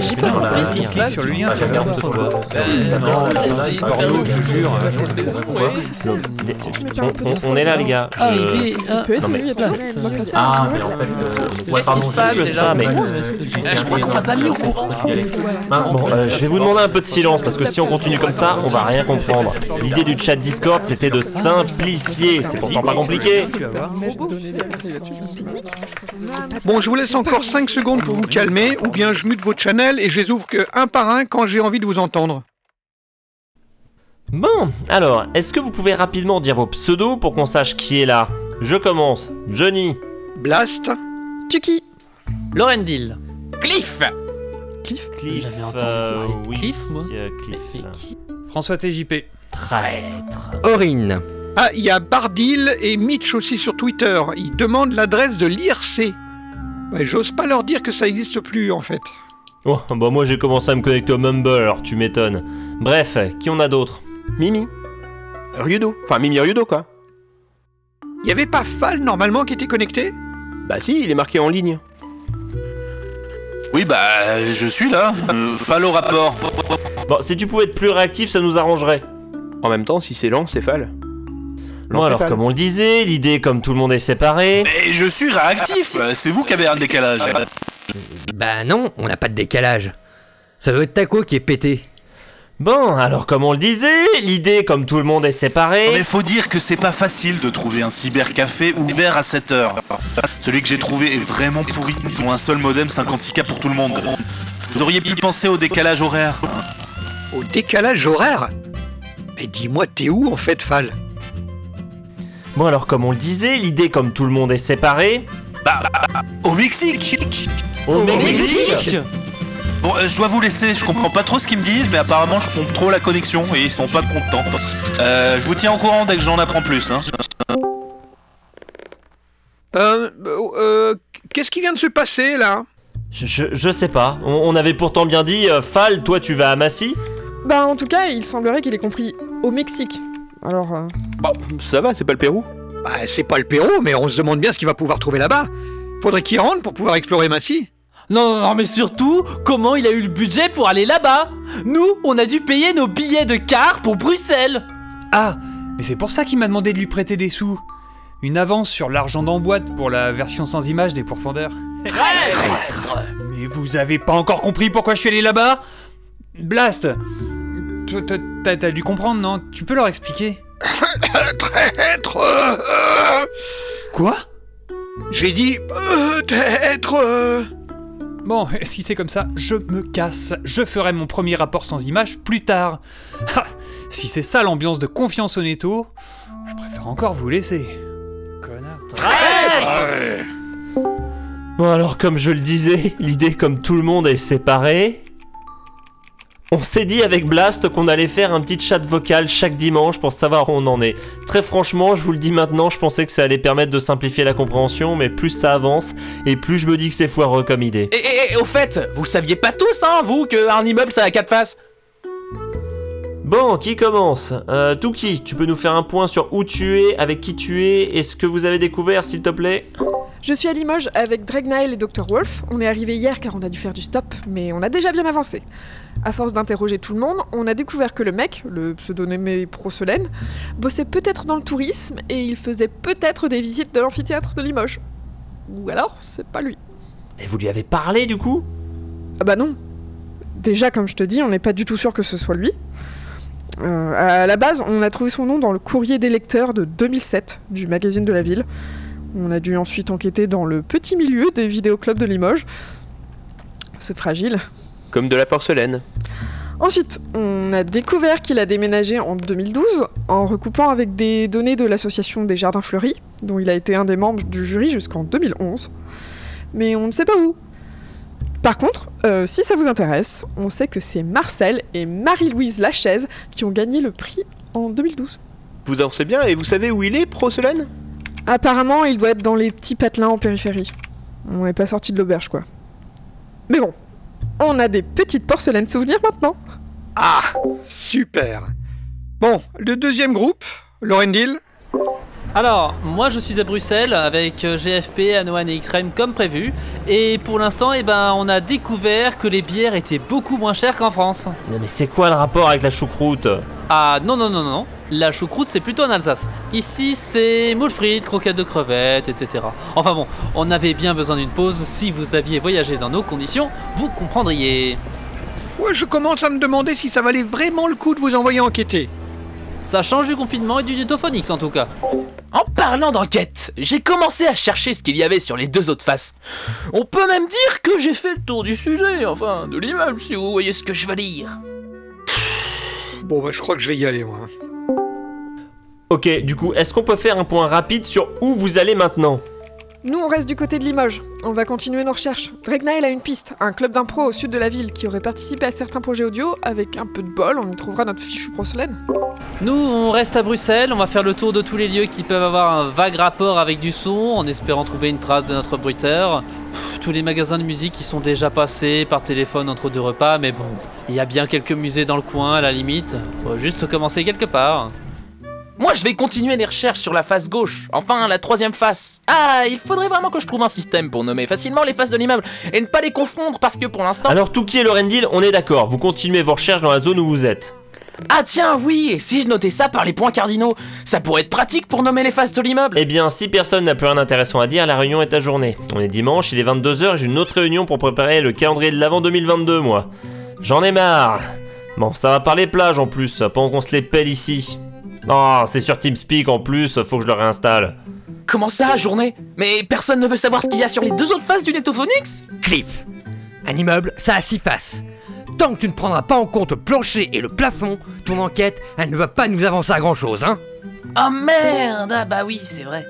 j'ai pas compris ce qui se passe. sur le lien, Ah, je regarde tout le monde. Euh, Bah, Non, attends, c'est vas-y, pas Bordeaux, grave. je te jure. Ouais. Ouais. Pourquoi ça sonne On- on- On est là, les gars. Ah, Je- il est. Ça ah, peut être non, mais- lui, attends. bah Ah, mais en fait, euh, ouais, pardon, qui se c'est passe juste déjà ça, mais. Eh, je crois qu'on l'a pas mis au courant. Ah, bon, euh, je vais vous demander un peu de silence parce que si on continue comme ça, on va rien comprendre. L'idée du chat Discord, c'était de simplifier. C'est pourtant pas compliqué. Bon, je vous laisse encore 5 secondes pour vous calmer, ou bien je mute votre channel et je les ouvre que un par un quand j'ai envie de vous entendre. Bon, alors, est-ce que vous pouvez rapidement dire vos pseudos pour qu'on sache qui est là Je commence. Johnny, Blast, Tuki Lauren Deal. Cliff Cliff, J'avais entendu euh, parler de oui, Cliff, moi. euh, Cliff. François TJP. Traître. Aurine. ah, il y a Bardil et Mitch aussi sur Twitter. Ils demandent l'adresse de l'IRC. Ouais, J'ose pas leur dire que ça existe plus en fait. Oh, bah moi j'ai commencé à me connecter au Mumble, alors tu m'étonnes. Bref, qui on a d'autre Mimi. Ryudo. Enfin, Mimi Ryudo, quoi. Il y avait pas Fal normalement qui était connecté Bah si, il est marqué en ligne. Oui, bah, je suis là. Euh, Fall au rapport. Bon, si tu pouvais être plus réactif, ça nous arrangerait. En même temps, si c'est lent, c'est fal. Bon, alors, comme on le disait, l'idée, comme tout le monde est séparé. Et je suis réactif. Euh, C'est vous qui avez un décalage. Bah non, on n'a pas de décalage. Ça doit être Taco qui est pété. Bon, alors, comme on le disait, l'idée, comme tout le monde est séparé. Mais faut dire que c'est pas facile de trouver un cybercafé ouvert à 7 heures. Celui que j'ai trouvé est vraiment pourri. Ils ont un seul modem 56K pour tout le monde. Vous auriez pu penser au décalage horaire. Au décalage horaire Mais dis-moi, t'es où en fait, Fal Bon, alors, comme on le disait, l'idée, comme tout le monde est séparé. Au Mexique Au Bon, euh, je dois vous laisser, je comprends pas trop ce qu'ils me disent, mais apparemment je pompe trop la connexion et ils sont pas contents. Euh, je vous tiens au courant dès que j'en apprends plus. Hein. Euh, euh, qu'est-ce qui vient de se passer là Je, je- je sais pas. On, on avait pourtant bien dit, euh, Fal, toi, tu vas à Massy. Bah en tout cas, il semblerait qu'il ait compris au Mexique. Alors, euh, Bah, Ça va, c'est pas le Pérou. Bah, c'est pas le Pérou, mais on se demande bien ce qu'il va pouvoir trouver là-bas. Faudrait qu'il rentre pour pouvoir explorer Massy. Non, non, non, mais surtout, comment il a eu le budget pour aller là-bas Nous, on a dû payer nos billets de car pour Bruxelles Ah, mais c'est pour ça qu'il m'a demandé de lui prêter des sous. Une avance sur l'argent d'emboîte pour la version sans image des pourfendeurs. Mais vous avez pas encore compris pourquoi je suis allé là-bas Blast toi, toi, T'as t'as dû comprendre, non Tu peux leur expliquer Traître euh, euh, Quoi J'ai dit euh, traître euh. Bon, si c'est comme ça, je me casse. Je ferai mon premier rapport sans image plus tard. Ah, si c'est ça l'ambiance de confiance au netto, je préfère encore vous laisser. Connard. Bon, alors, comme je le disais, l'idée, comme tout le monde est séparé. On s'est dit avec Blast qu'on allait faire un petit chat vocal chaque dimanche pour savoir où on en est. Très franchement, je vous le dis maintenant, je pensais que ça allait permettre de simplifier la compréhension, mais plus ça avance, et plus je me dis que c'est foireux comme idée. Et, et- et au fait, vous le saviez pas tous, hein, vous, qu'un immeuble ça a quatre faces Bon, qui commence euh, Tuki, tu peux nous faire un point sur où tu es, avec qui tu es, et ce que vous avez découvert, s'il te plaît je suis à Limoges avec Dragnile et Dr. Wolf. On est arrivé hier car on a dû faire du stop, mais on a déjà bien avancé. À force d'interroger tout le monde, on a découvert que le mec, le pseudonymé Procelaine, bossait peut-être dans le tourisme et il faisait peut-être des visites de l'amphithéâtre de Limoges. Ou alors, c'est pas lui. Et vous lui avez parlé, du coup Ah bah non. Déjà, comme je te dis, on n'est pas du tout sûr que ce soit lui. Euh, à la base, on a trouvé son nom dans le courrier des lecteurs de 2007 du magazine de la ville. On a dû ensuite enquêter dans le petit milieu des vidéoclubs de Limoges. C'est fragile. Comme de la porcelaine. Ensuite, on a découvert qu'il a déménagé en 2012 en recoupant avec des données de l'association des Jardins Fleuris, dont il a été un des membres du jury jusqu'en 2011. Mais on ne sait pas où. Par contre, euh, si ça vous intéresse, on sait que c'est Marcel et Marie-Louise Lachaise qui ont gagné le prix en 2012. Vous en savez bien et vous savez où il est, porcelaine Apparemment, il doit être dans les petits patelins en périphérie. On n'est pas sorti de l'auberge, quoi. Mais bon, on a des petites porcelaines souvenirs maintenant. Ah Super Bon, le deuxième groupe, Laurendil. Alors, moi je suis à Bruxelles avec euh, GFP, Anoan et Xrem comme prévu. Et pour l'instant, eh ben, on a découvert que les bières étaient beaucoup moins chères qu'en France. Non, mais c'est quoi le rapport avec la choucroute Ah non, non, non, non, non. La choucroute c'est plutôt en Alsace. Ici c'est moules frites, croquettes de crevettes, etc. Enfin bon, on avait bien besoin d'une pause. Si vous aviez voyagé dans nos conditions, vous comprendriez. Ouais, je commence à me demander si ça valait vraiment le coup de vous envoyer enquêter. Ça change du confinement et du Nutophonix en tout cas. En parlant d'enquête, j'ai commencé à chercher ce qu'il y avait sur les deux autres faces. On peut même dire que j'ai fait le tour du sujet, enfin, de l'immeuble, si vous voyez ce que je veux dire. Bon, bah, je crois que je vais y aller, moi. Ok, du coup, est-ce qu'on peut faire un point rapide sur où vous allez maintenant Nous, on reste du côté de Limoges. On va continuer nos recherches. Dregna, elle a une piste, un club d'impro au sud de la ville qui aurait participé à certains projets audio. Avec un peu de bol, on y trouvera notre fichu porcelaine. Nous, on reste à Bruxelles, on va faire le tour de tous les lieux qui peuvent avoir un vague rapport avec du son, en espérant trouver une trace de notre bruiteur. Pff, tous les magasins de musique qui sont déjà passés par téléphone entre deux repas, mais bon, il y a bien quelques musées dans le coin à la limite. Faut juste commencer quelque part. Moi, je vais continuer les recherches sur la face gauche, enfin, la troisième face. Ah, il faudrait vraiment que je trouve un système pour nommer facilement les faces de l'immeuble et ne pas les confondre parce que pour l'instant. Alors, Touki et Lorendil, on est d'accord, vous continuez vos recherches dans la zone où vous êtes. Ah, tiens, oui, et si je notais ça par les points cardinaux Ça pourrait être pratique pour nommer les faces de l'immeuble. Eh bien, si personne n'a plus rien d'intéressant à dire, la réunion est ajournée. On est dimanche, il est 22h, j'ai une autre réunion pour préparer le calendrier de l'avant 2022, moi. J'en ai marre Bon, ça va parler plage en plus, ça, pendant qu'on se les pèle ici. Ah, c'est sur TeamSpeak en plus, faut que je le réinstalle. Comment ça, journée Mais personne ne veut savoir ce qu'il y a sur les deux autres faces du Netophonix Cliff, un immeuble, ça a six faces. Tant que tu ne prendras pas en compte le plancher et le plafond, ton enquête, elle ne va pas nous avancer à grand chose, hein Oh merde Ah bah oui, c'est vrai.